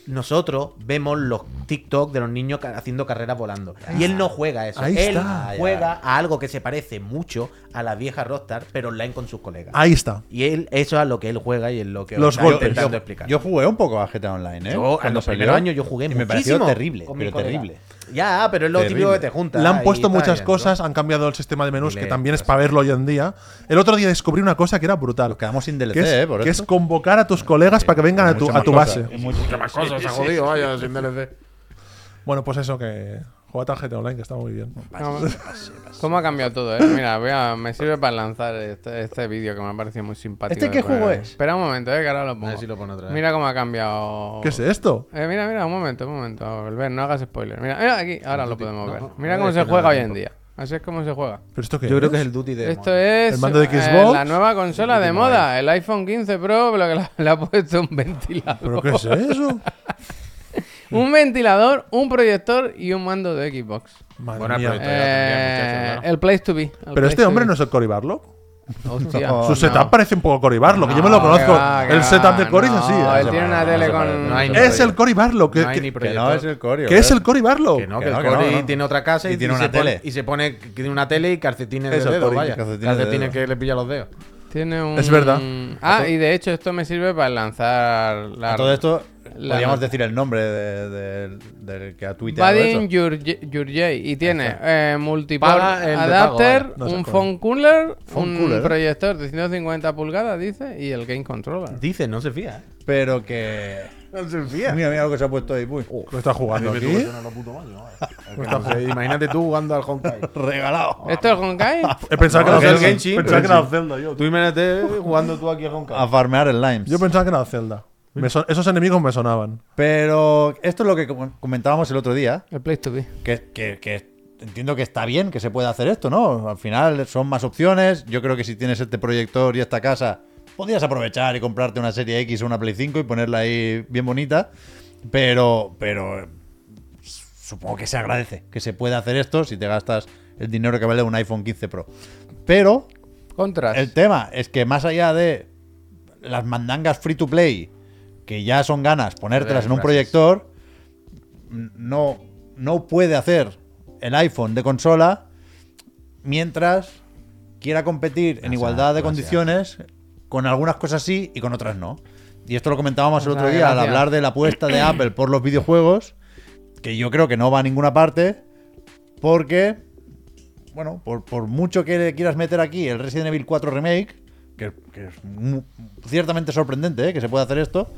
C: nosotros vemos los TikTok de los niños ca- haciendo carreras volando. Y él no juega a eso.
D: Ahí
C: él
D: está.
C: juega a algo que se parece mucho a la vieja Rockstar, pero online con sus colegas.
D: Ahí está.
C: Y él, eso es a lo que él juega y es lo que os
D: Ah. Los
C: está
D: golpes.
C: intentando
D: Yo-
C: explicar.
B: Yo jugué un poco a GTA Online, ¿eh?
C: Yo, a
B: Cuando
C: los primeros
B: salió,
C: años yo jugué
B: y me
C: muchísimo.
B: pareció terrible,
C: con mis
B: pero
C: colegas.
B: terrible.
C: Ya, pero es lo
B: Terrible.
C: típico que te juntas.
D: Le han
C: y
D: puesto
C: tal,
D: muchas
C: ¿no?
D: cosas, han cambiado el sistema de menús,
C: Dile,
D: que también es
C: pues.
D: para verlo hoy en día. El otro día descubrí una cosa que era brutal.
B: Nos quedamos sin DLC,
D: que es,
B: ¿eh? Por
D: que
B: esto.
D: es convocar a tus colegas para que vengan a tu,
B: Mucha
D: a tu
B: más cosa.
D: base.
B: Y mucho-
C: cosas, ha jodido, vaya, sin DLC.
D: Bueno, pues eso, que juega tarjeta online, que está muy bien.
A: No, ¿Cómo ha cambiado todo? eh? Mira, voy a- me sirve para lanzar este, este vídeo que me ha parecido muy simpático.
B: ¿Este qué
A: de poner.
B: juego es?
A: Espera un momento, eh, que ahora lo pongo.
C: A ver si lo pone otra vez.
A: Mira cómo ha cambiado.
D: ¿Qué es esto?
A: Eh, mira, mira, un momento, un momento. Volver, no hagas spoiler. Mira, mira aquí, ahora lo podemos
C: no,
A: ver.
C: no,
A: Mira
C: no
A: cómo
C: es
A: se
C: que
A: juega
C: nada,
A: hoy en
C: tampoco.
A: día. Así es como se juega.
D: ¿Pero esto qué
C: Yo creo
D: es?
C: que es el duty de.
A: Esto es
D: ¿El mando de
A: eh,
D: Xbox?
A: la nueva consola de moda, el iPhone 15 Pro, pero que la- le ha puesto un
D: ¿Pero
A: ventilador.
D: qué es eso?
B: Mm.
A: Un ventilador, un proyector y un mando de Xbox.
D: Madre
E: Buena
D: mía.
E: pregunta.
D: Eh,
E: lo tendría
A: Eh,
E: el muchacho, claro.
A: el place to be. el
D: Pero
A: place
D: este
A: to
D: hombre
A: be.
D: no es el Cory Barlow.
A: Hostia.
B: Oh,
D: Su setup parece un poco Cory Barlow, que yo me lo
A: No,
D: conozco.
A: que va, que
D: el
A: va.
D: setup de Cory
A: No,
D: es así.
A: Él
D: ¿eh?
A: tiene una
B: no
A: tele
B: se parece,
A: con.
B: no hay
C: ni
D: Es el Cory Barlow. Que,
C: no hay
D: que-
C: ni
B: Que no
C: proyector.
B: es el ¿eh? Cory.
D: que es el Cory Barlow.
C: Que no,
B: Que
C: Oh, que,
B: no,
C: el
B: que no,
C: Cory
B: no.
C: tiene otra casa y,
B: Y tiene
C: se
B: una
C: pone-
B: tele.
C: y se pone que tiene una tele y calcetines
D: Eso,
C: de dedos,
D: Cory,
C: vaya.
B: calcetines
C: Calcetines,
B: de dedos.
C: que le pilla los dedos.
A: Tiene un...
D: Es verdad.
A: Ah, y de hecho esto me sirve para lanzar la...
B: A todo esto,
A: la-
B: podríamos decir el nombre de- de- del que ha tuiteado
A: Vadim
B: eso.
A: Yurje- Yurjey. Y tiene eh, multiport
C: Paga el de pago,
A: adapter,
C: vale.
D: No se
A: un
D: acuerda.
A: phone cooler,
B: Phone
A: un
B: cooler.
A: proyector de 150 pulgadas, dice, y el game controller.
C: Dice, no se fía. ¿eh?
B: Pero que...
C: No se
B: Mira,
C: fía.
B: mira lo que se ha puesto ahí. uy.
D: Lo está jugando aquí.
C: Pues imagínate tú jugando al Honkai.
B: Regalado.
A: ¿Esto es Honkai?
D: He pensado que
C: No,
D: era
C: el
D: Zelda.
C: Genshin,
D: Pensaba
C: el
D: que era
C: Genshin.
D: Zelda yo.
C: Tú imagínate jugando tú aquí al Honkai.
B: A farmear el Limes.
D: Yo pensaba que era Zelda. Me son- esos enemigos me sonaban.
B: Pero esto es lo que com- comentábamos el otro día.
A: El Place to Be.
B: que, que- que entiendo que está bien que se pueda hacer esto, ¿no? Al final son más opciones. Yo creo que si tienes este proyector y esta casa, podrías aprovechar y comprarte una serie X o una Play 5 y ponerla ahí bien bonita. Pero, pero eh, supongo que se agradece que se pueda hacer esto si te gastas el dinero que vale un iPhone 15 Pro. Pero
A: Contras.
B: el tema es que más allá de las mandangas free to play, que ya son ganas ponértelas en un proyector, n- no, no puede hacer el iPhone de consola mientras quiera competir en igualdad de condiciones con algunas cosas sí y con otras no. Y esto lo comentábamos el
A: O sea,
B: otro día al
A: gracias.
B: hablar de la apuesta de Apple por los videojuegos, que yo creo que no va a ninguna parte, porque bueno, por, por mucho que le quieras meter aquí el Resident Evil 4 Remake, que, que es mu- ciertamente sorprendente ¿eh? que se pueda hacer esto,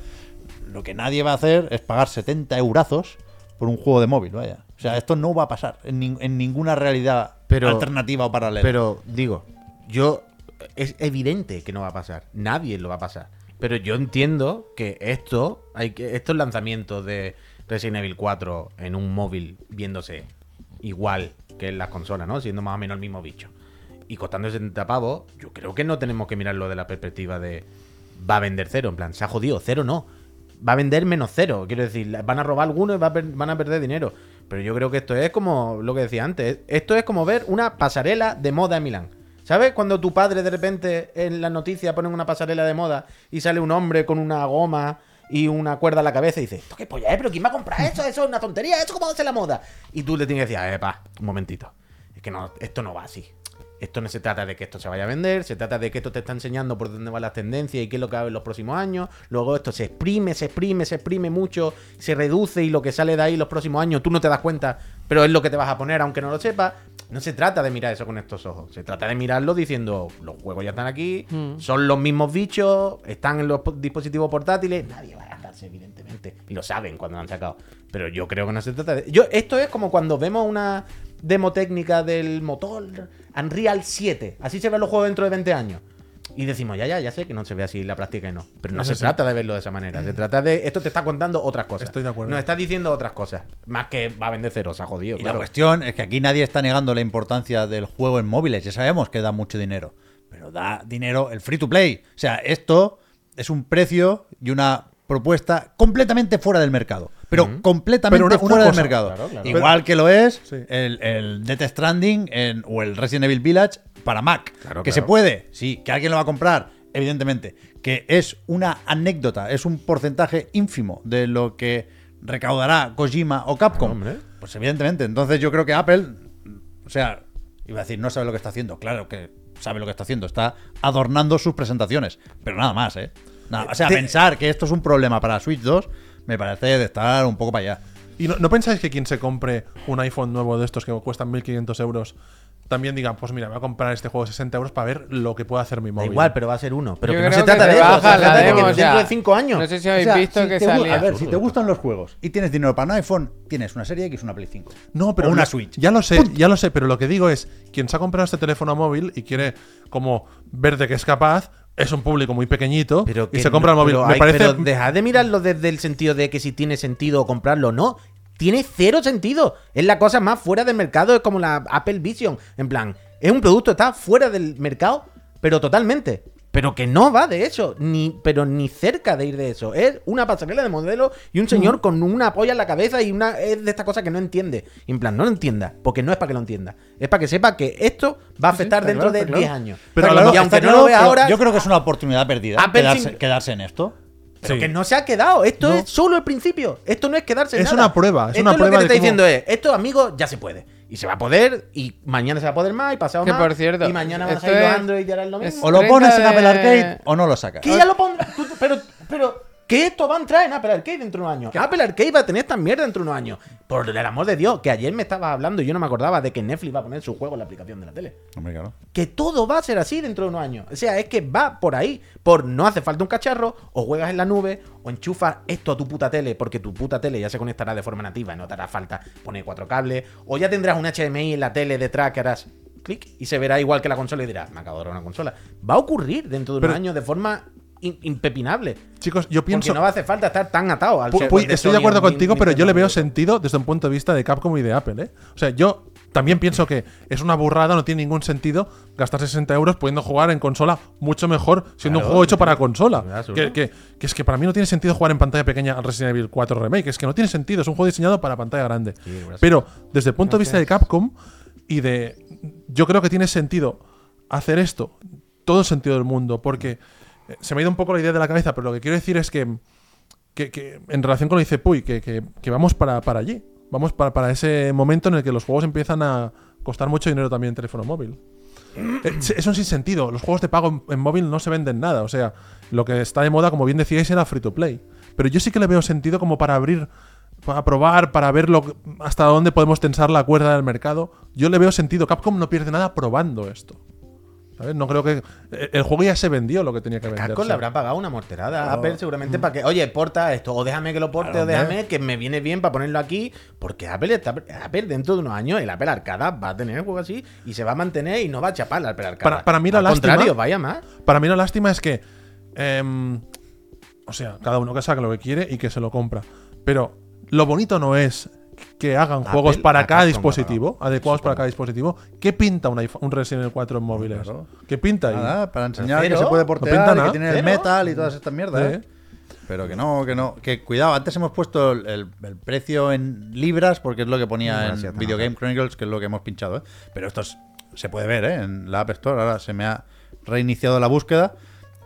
B: lo que nadie va a hacer es pagar 70 eurazos por un juego de móvil, vaya. O sea, esto no va a pasar en, nin- en ninguna realidad
C: Pero-
B: alternativa o paralela.
C: Pero digo, yo es evidente que no va a pasar. Nadie lo va a pasar. Pero yo entiendo que esto, hay que, estos lanzamientos de Resident Evil 4 en un móvil viéndose igual que en las consolas, ¿no? Siendo más o menos el mismo bicho. Y costando 70 pavos, yo creo que no tenemos que mirarlo de la perspectiva de va a vender cero. En plan, se ha jodido, cero no. Va a vender menos cero. Quiero decir, la- van a robar algunos y va a per- van a perder dinero. Pero yo creo que esto es como lo que decía antes. Esto es como ver una pasarela de moda en Milán. ¿Sabes cuando tu padre de repente en la noticia ponen una pasarela de moda y sale un hombre con una goma y una cuerda a la cabeza y dice, ¿esto qué polla es? ¿Pero quién va a comprar eso? Eso es una tontería, eso cómo hace la moda. Y tú le tienes que decir, "Ah, epa, un momentito. Es que no, esto no va así. Esto no se trata de que esto se vaya a vender, se trata de que esto te está enseñando por dónde van las tendencias y qué es lo que va a haber en los próximos años. Luego esto se exprime, se exprime, se exprime mucho, se reduce y lo que sale de ahí los próximos años tú no te das cuenta, pero es lo que te vas a poner aunque no lo sepas. No se trata de mirar eso con estos ojos, se trata de mirarlo diciendo los juegos ya están aquí,
A: Mm.
C: son los mismos bichos, están en los po- dispositivos portátiles, nadie va a gastarse evidentemente y lo saben cuando lo han sacado. Pero yo creo que no se trata de... Yo, esto es como cuando vemos una demo técnica del motor Unreal 7. Así se ven los juegos dentro de 20 años. Y decimos, ya, ya, ya sé que no se ve así la práctica y no. Pero no, se trata de verlo de esa manera. Se trata de. Esto te está contando otras cosas.
D: Estoy de acuerdo.
C: Nos está diciendo otras cosas. Más que va a vender cero, se ha jodido.
B: Y la
C: claro.
B: cuestión es que aquí nadie está negando la importancia del juego en móviles. Ya sabemos que da mucho dinero. Pero da dinero el free to play. O sea, esto es un precio y una propuesta completamente fuera del mercado. Pero completamente
D: Pero una- una
B: fuera del
D: cosa,
B: mercado.
C: claro, claro.
B: Igual que lo es
D: Sí.
B: el, el Death Stranding en- o el Resident Evil Village para Mac.
C: Claro,
B: que se
C: claro.
B: puede, sí. Que alguien lo va a comprar, evidentemente. Que es una anécdota, es un porcentaje ínfimo de lo que recaudará Kojima o Capcom.
C: Claro, hombre.
B: pues evidentemente. Entonces yo creo que Apple, o sea, iba a decir, no sabe lo que está haciendo. Claro que sabe lo que está haciendo. Está adornando sus presentaciones. Pero nada más, ¿eh? Nada, o sea,
D: Te-
B: pensar que esto es un problema para Switch 2 me parece de estar un poco para allá.
D: ¿Y no, no pensáis que quien se compre un iPhone nuevo de estos que cuestan 1.500 euros también diga, pues mira, voy a comprar este juego 60 euros para ver lo que puede hacer mi
C: Da
D: móvil?
C: igual, pero va a ser uno. Pero
A: Yo
C: que no
A: creo
C: se trata
A: que
C: de
A: se
C: eso.
A: baja
C: se
A: la
C: trata de que
A: demo ya.
C: dentro de cinco años.
A: No sé si habéis visto que
B: te gu-
A: salía.
B: A ver, si te gustan los juegos y tienes dinero para un iPhone, tienes una serie X, una Play 5.
D: No, pero
B: O una
D: lo-
B: Switch.
D: Ya lo sé, ya lo sé, pero lo que digo es, quien se ha comprado este teléfono móvil y quiere como ver de qué es capaz, es un público muy pequeñito
C: Pero
D: y
C: que
D: se compra el
C: no-
D: móvil.
C: pero
D: Me
C: hay-
D: parece
C: pero dejad de mirarlo desde el sentido de que si tiene sentido comprarlo o no. Tiene cero sentido. Es la cosa más fuera del mercado. Es como la Apple Vision. En plan, es un producto que está fuera del mercado, pero totalmente. Pero que no va de eso, ni, pero ni cerca de ir de eso. Es una pasarela de modelo y un señor con una polla en la cabeza y una. Es de estas cosas que no entiende. Y en plan, no lo entienda, porque no es para que lo entienda. Es para que sepa que esto va a afectar
B: está
C: dentro
B: claro, está
C: de 10
B: claro.
C: años.
D: Pero
B: Está
D: a lo
B: claro,
D: mejor-
C: y aunque
B: está
C: no lo
B: claro,
C: vea
B: pero
C: ahora,
B: Yo creo que es una oportunidad perdida
C: Apple
B: quedarse,
C: sin-
B: quedarse en esto.
C: Pero
D: Sí.
C: que no se ha quedado. Esto es solo el principio. Esto no es quedarse en
D: Es
C: nada.
D: una prueba, es
C: Esto
D: una
C: lo
D: prueba
C: que te
D: de
C: está
D: cómo-
C: diciendo es, esto, amigos, ya se puede. Y se va a poder, y mañana se va a poder más, y pasado
A: Que
C: más.
A: por cierto,
C: Y mañana van a
A: esto
C: salir los
A: es-
C: Android y harán lo mismo.
B: O lo
A: 30
B: pones en Apple
A: de-
B: Arcade o no lo sacas.
C: Que ya lo pondrá. Tú- Pero, pero, que esto va a entrar en Apple Arcade dentro de unos años. Apple Arcade va a tener esta mierda dentro de unos años. Por el amor de Dios, que ayer me estabas hablando y yo no me acordaba de que Netflix va a poner su juego en la aplicación de la tele
B: Hombre, claro.
C: que todo va a ser así dentro de unos años. O sea, es que va por ahí. Por no hace falta un cacharro, o juegas en la nube, o enchufas esto a tu puta tele, porque tu puta tele ya se conectará de forma nativa, no te hará falta poner cuatro cables, o ya tendrás un HDMI en la tele detrás que harás clic y se verá igual que la consola y dirás, me acabo de dar una consola. Va a ocurrir dentro de
D: Pero-
C: unos años de forma in- impepinable.
D: Chicos, yo pienso...
C: porque no hace falta estar tan atado al
D: Pu-
C: server
D: pu-
C: Sony
D: estoy de acuerdo
C: o Ni-
D: contigo, pero yo
C: Nintendo.
D: le veo sentido desde un punto de vista de Capcom y de Apple, ¿eh? O sea, yo también pienso que es una burrada, no tiene ningún sentido gastar 60 euros pudiendo jugar en consola mucho mejor, siendo un juego hecho para consola. Que, que- que es que para mí no tiene sentido jugar en pantalla pequeña al Resident Evil 4 Remake, es que no tiene sentido, es un juego diseñado para pantalla grande. pero desde el punto de vista de Capcom y de... Yo creo que tiene sentido hacer esto, todo el sentido del mundo, porque eh, se me ha ido un poco la idea de la cabeza, pero lo que quiero decir es que que, que en relación con lo que dice Puy, que, que- que vamos para, para allí. Vamos para, para ese momento en el que los juegos empiezan a costar mucho dinero también en teléfono móvil. Eh, se- Es un sinsentido. Los juegos de pago en, en móvil no se venden nada. O sea, lo que está de moda, como bien decíais, era free to play. Pero yo sí que le veo sentido como para abrir, para probar, para ver lo, que- hasta dónde podemos tensar la cuerda del mercado. Yo le veo sentido. Capcom no pierde nada probando esto. ¿Sabes? No creo que. eh, El juego ya se vendió lo que tenía que vender.
C: Capcom le habrá pagado una morterada a Apple seguramente para que, oye, porta esto, o déjame que lo porte,
D: Claro,
C: o
D: hombre.
C: déjame que me viene bien para ponerlo aquí, porque Apple, está, Apple dentro de unos años, el Apple Arcada va a tener el juego así y se va a mantener y no va a chapar el Apple Arcada.
D: Para- para mí la
C: Al
D: lástima-
C: contrario, vaya más.
D: Para mí la lástima es que. em, o sea, cada uno que saque lo que quiere y que se lo compra. Pero lo bonito no es que hagan
C: Apple
D: juegos
C: a
D: para cada
C: Capcom
D: dispositivo, adecuados para cada dispositivo. ¿Qué pinta un, iPhone- un Resident Evil 4 en móviles?
B: Claro.
D: ¿Qué pinta ahí?
B: Nada, para enseñar
C: Cero.
B: que se puede
D: No pinta
B: portear, y
D: nada.
B: que tiene el
C: Cero.
B: metal y todas estas mierdas.
D: Sí.
B: ¿eh? Pero que no, que no. Que cuidado, antes hemos puesto el, el- el precio en libras porque es lo que ponía
C: Gracias,
B: en
C: te
B: Video Game Chronicles, que es lo que hemos pinchado. ¿eh? Pero esto es- se puede ver ¿eh? en la App Store. Ahora se me ha reiniciado la búsqueda.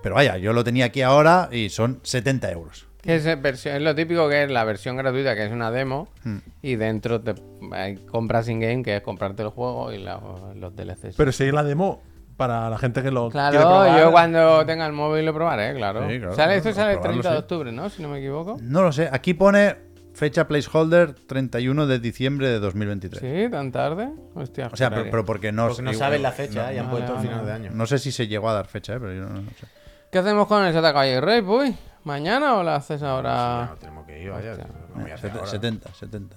B: Pero vaya, yo lo tenía aquí ahora y son 70 euros.
A: Que es, versión- es lo típico que es la versión gratuita, que es una demo,
B: Hmm.
A: y dentro te hay compras in-game, que es comprarte el juego y la- los DLCs.
D: Pero si hay la demo para la gente que lo
A: claro,
D: quiere probar.
A: yo cuando tenga el móvil lo probaré, claro.
B: Sí, claro,
A: sale,
B: claro,
A: esto sale el
B: probarlo,
A: 30 de
B: sí.
A: octubre, ¿no? Si no me equivoco.
B: No lo sé, aquí pone fecha placeholder 31 de diciembre de 2023.
A: Sí, tan tarde. Hostia,
B: O sea, pero,
A: joder.
B: pero porque no,
C: Porque no
B: igual-
C: saben la fecha, eh.
B: no,
C: ya han
A: no,
C: puesto
A: no,
C: al final
A: no.
C: de año.
B: no sé si se llegó a dar fecha, ¿eh? pero yo no, no sé.
A: ¿Qué hacemos con el Sata Calle Rey, uy? ¿Mañana o la haces ahora?
C: No, tenemos que ir, vaya. no voy a hacer
B: Sete-
C: ahora.
B: 70, 70.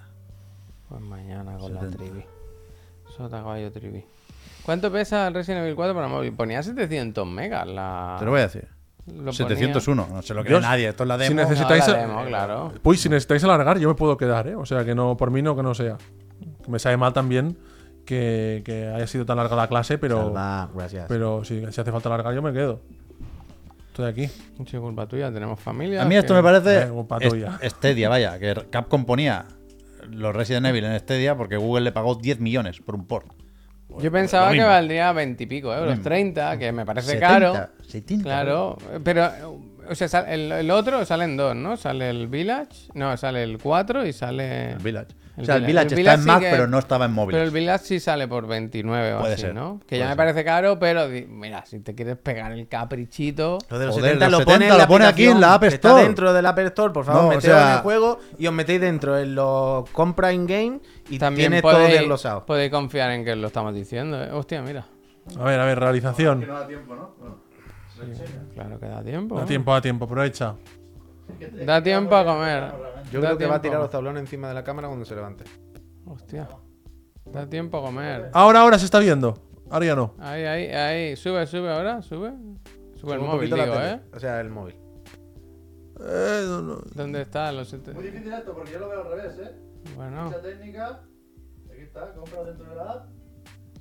A: Pues mañana con la trivi. Sota caballo trivi. ¿Cuánto pesa el Resident Evil 4 para móvil? Ponía 700 megas la...
B: Te lo voy a decir.
A: Ah. lo ponía.
B: 701, no se lo cree
D: Dios,
B: nadie. Esto es la demo.
D: si
A: No,
D: necesitáis-
A: la demo, claro.
D: Pues si necesitáis alargar, yo me puedo quedar, ¿eh? O sea, que no, por mí no que no sea. Me sabe mal también que, que haya sido tan larga la clase, pero,
C: Salva, gracias.
D: pero si, si hace falta alargar, yo me quedo. Estoy aquí.
A: Mucha Eh, culpa tuya, tenemos familia.
B: A mí esto
A: que-
B: me parece
D: Eh, culpa tuya.
B: es- Stadia, vaya, que Capcom ponía los Resident Evil en Stadia porque Google le pagó 10 millones por un port.
A: Yo pensaba que
B: mismo.
A: valdría 20 y pico euros,
B: mismo.
A: 30, que me parece
B: 70,
A: caro.
B: 70,
A: Claro, pero, o sea, sal- el, el otro salen dos, ¿no? Sale el Village, no, sale el 4 y sale.
B: El Village.
A: El
B: o sea, el
A: Village.
B: Village,
A: El
B: está en
A: Village
B: Mac,
A: sí que-
B: pero no estaba en móvil.
A: Pero el Village sí sale por 29 o
B: Puede
A: así,
B: ser,
A: ¿no? Que
B: puede
A: ya me
B: ser.
A: parece caro, pero di- mira, si te quieres pegar el caprichito.
C: Lo de los
B: Joder,
C: 70
B: los
C: lo pone,
B: 70
C: en la
B: lo pone aquí en la App
C: aplicación, que Está
B: Store.
C: dentro del App Store, por favor,
B: No, o
C: meteos
B: sea-
C: en el juego y os metéis dentro en los compra in-game y
A: También
C: tiene todo
A: podéis,
C: desglosado.
A: podéis confiar en que lo estamos diciendo. ¿eh? Hostia, mira.
D: A ver, a ver, realización.
A: Claro que da tiempo. ¿eh?
D: A tiempo, a tiempo, aprovecha.
A: Da tiempo a comer.
C: Yo
A: Da
C: creo que va
A: tiempo.
C: a tirar los tablones encima de la cámara cuando se levante.
A: Hostia. Da tiempo a comer.
D: Ahora, ahora se está viendo. Ahora ya no.
A: Ahí, ahí, ahí. Sube, sube ahora, sube. Sube el
C: Un
A: móvil,
C: poquito la
A: digo,
C: tele,
A: ¿eh?
C: O sea, el móvil.
D: Eh, no, no.
A: ¿Dónde está? Los siete-
E: Muy difícil esto porque yo lo veo al revés, ¿eh?
A: Bueno,
E: Mucha técnica. Aquí está, compra dentro de la app.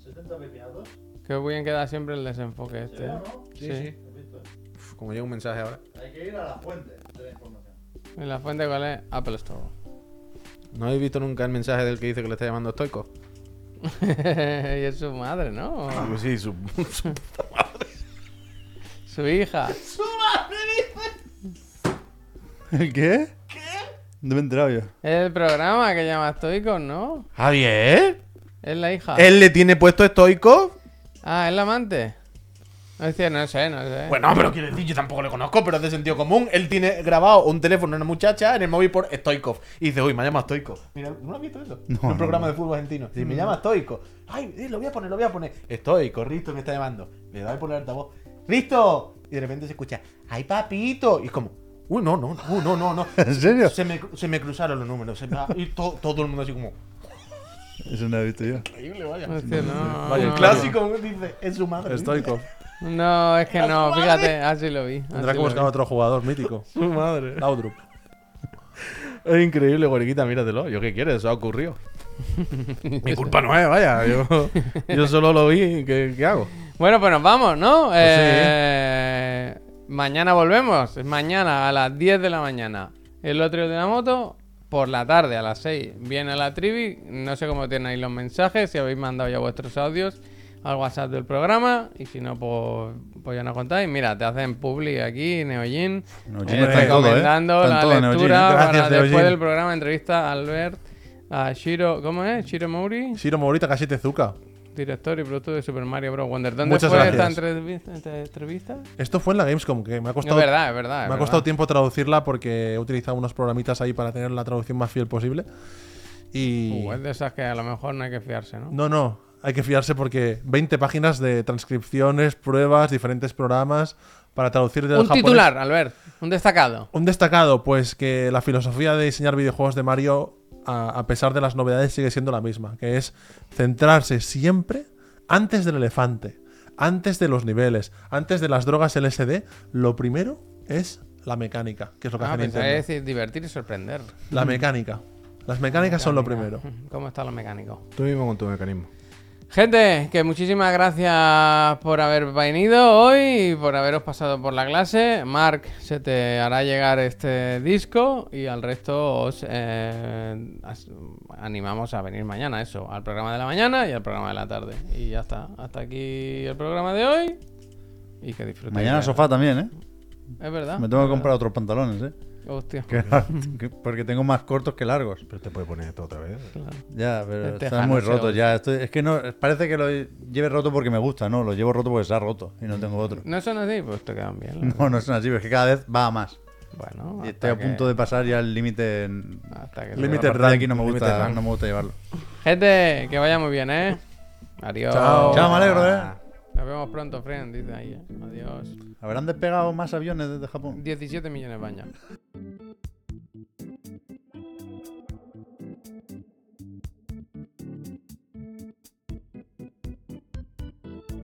E: 70 pepiazos.
A: que bien queda siempre el desenfoque
E: ¿Se
A: este.
E: ve
A: ¿eh?
E: o no?
A: Sí, sí.
E: ¿Has visto?
C: Uf, como llega un mensaje ahora.
E: Hay que ir a la fuente de la información.
A: ¿Y la fuente cuál es? Apple Store.
C: ¿No habéis visto nunca el mensaje del que dice que le está llamando estoico?
A: y es su madre, ¿no?
C: Pues sí, su...
A: Su hija.
B: ¿Qué? ¿Qué? No me he enterado yo.
A: Es el programa que llama Stoicos, ¿no?
C: Javier,
A: Es la hija.
C: ¿él le tiene puesto estoico?
A: Ah, es la amante. No es cierto, no sé, no sé.
C: Bueno, pero quiero decir, yo tampoco le conozco, pero es de sentido común. Él tiene grabado un teléfono de una muchacha en el móvil por Stoikov. Y dice, uy, me llama Stoikov. Mira, ¿no lo has visto eso?
B: No,
C: En un
B: no, Mm.
C: programa de fútbol argentino. Dice, me llama Stoikov. Ay, eh, lo voy a poner, lo voy a poner. Stoico, Risto me está llamando. Le da por el altavoz. ¡Risto! Y de repente se escucha, ¡ay, papito! Y es como, uy, no, no, uy, no, no, no.
B: ¿En serio?
C: Se me, se me cruzaron los números. se me- y to- todo el mundo así como,
B: Eso no he visto yo.
C: increíble, vaya.
A: No es cierto, no.
D: Vaya,
A: no.
D: el
C: Clásico, dice, es su madre.
D: Estoico.
A: No, es que no, fíjate, así lo vi.
D: Tendrá
A: así
D: que
A: lo
D: buscar
A: vi.
D: otro jugador mítico.
C: Su madre.
D: Laudrup.
C: Es increíble, guariquita, míratelo. Yo qué quieres, eso ha ocurrido. Mi culpa no es, vaya. Yo, yo solo lo vi, ¿qué, qué hago?
A: Bueno, pues nos vamos, ¿no? Eh, Mañana volvemos. Mañana a las 10 de la mañana. El otro de la moto. Por la tarde a las 6 viene la trivi. No sé cómo tenéis los mensajes, si habéis mandado ya vuestros audios al WhatsApp del programa. Y si no, pues, pues ya nos contáis. Mira, te hacen publi aquí, Neojin.
B: Neojin
A: Eh,
B: está en todo, ¿eh?
A: recomendando
B: Está en
A: la
B: todo Neojin, ¿eh?
A: lectura
D: Gracias,
A: para después
D: Neojin.
A: del programa entrevista a Albert, a Shiro, ¿cómo es? Shiro Mori
D: Shiro Morita, casi Tezuka.
A: director y productor de Super Mario Bros. Wonder. ¿Dónde
D: Muchas
A: fue
D: gracias.
A: esta entrevista? esta entrevista?
D: Esto fue en la Gamescom, que me ha
A: Es
D: costado.
A: verdad, es verdad. es
D: Me ha
A: verdad.
D: costado tiempo traducirla porque he utilizado unos programitas ahí para tener la traducción más fiel posible. Y.
A: Uh, es de esas que a lo mejor no hay que fiarse, ¿no?
D: No, no, hay que fiarse porque 20 páginas de transcripciones, pruebas, diferentes programas para traducir del
A: Un
D: japonés.
A: titular, Albert. Un destacado.
D: Un destacado, pues que la filosofía de diseñar videojuegos de Mario, a, a pesar de las novedades, sigue siendo la misma, que es centrarse siempre antes del elefante, antes de los niveles, antes de las drogas LSD. Lo primero es la mecánica, que pues es lo que
A: Ah,
D: hace
A: pensaba que
D: Nintendo.
A: decir divertir y sorprender.
D: La mecánica. Las mecánicas son lo primero.
A: ¿Cómo está lo mecánico?
C: Tú mismo con tu mecanismo.
A: Gente, que muchísimas gracias por haber venido hoy y por haberos pasado por la clase. Mark, se te hará llegar este disco y al resto os eh, as- animamos a venir mañana, eso, al programa de la mañana y al programa de la tarde. Y ya está, hasta aquí el programa de hoy y que disfrutéis.
B: Mañana
A: de-
B: sofá también, ¿eh?
A: Es verdad.
B: Me tengo
A: es
B: que comprar otros pantalones, ¿eh?
A: verdad. Hostia.
B: Que no- que- porque tengo más cortos que largos.
C: Pero te puede poner esto otra vez.
B: Ya, pero
A: El
B: están
A: tejano
B: muy
A: se
B: rotos
A: usa.
B: ya. Estoy- es que no parece que lo lleve roto porque me gusta, ¿no? Lo llevo roto porque se ha roto y no tengo otro.
A: No son así, pues te quedan bien. la
B: No, no son así, pero es que cada vez va a más.
A: Bueno,
B: Y estoy a punto de pasar ya el límite. en-
A: Hasta que
D: Límite
B: a partir de
D: run,
B: aquí no me,
D: límite
B: gusta,
D: run.
B: no me gusta llevarlo.
A: Gente, que vaya muy bien, ¿eh? Adiós.
D: Chao.
B: Chao, me alegro, ¿eh?
A: Nos vemos pronto, friend, dice ahí. ¿eh? Adiós.
B: ¿Habrán despegado más aviones desde Japón?
A: 17 millones baña.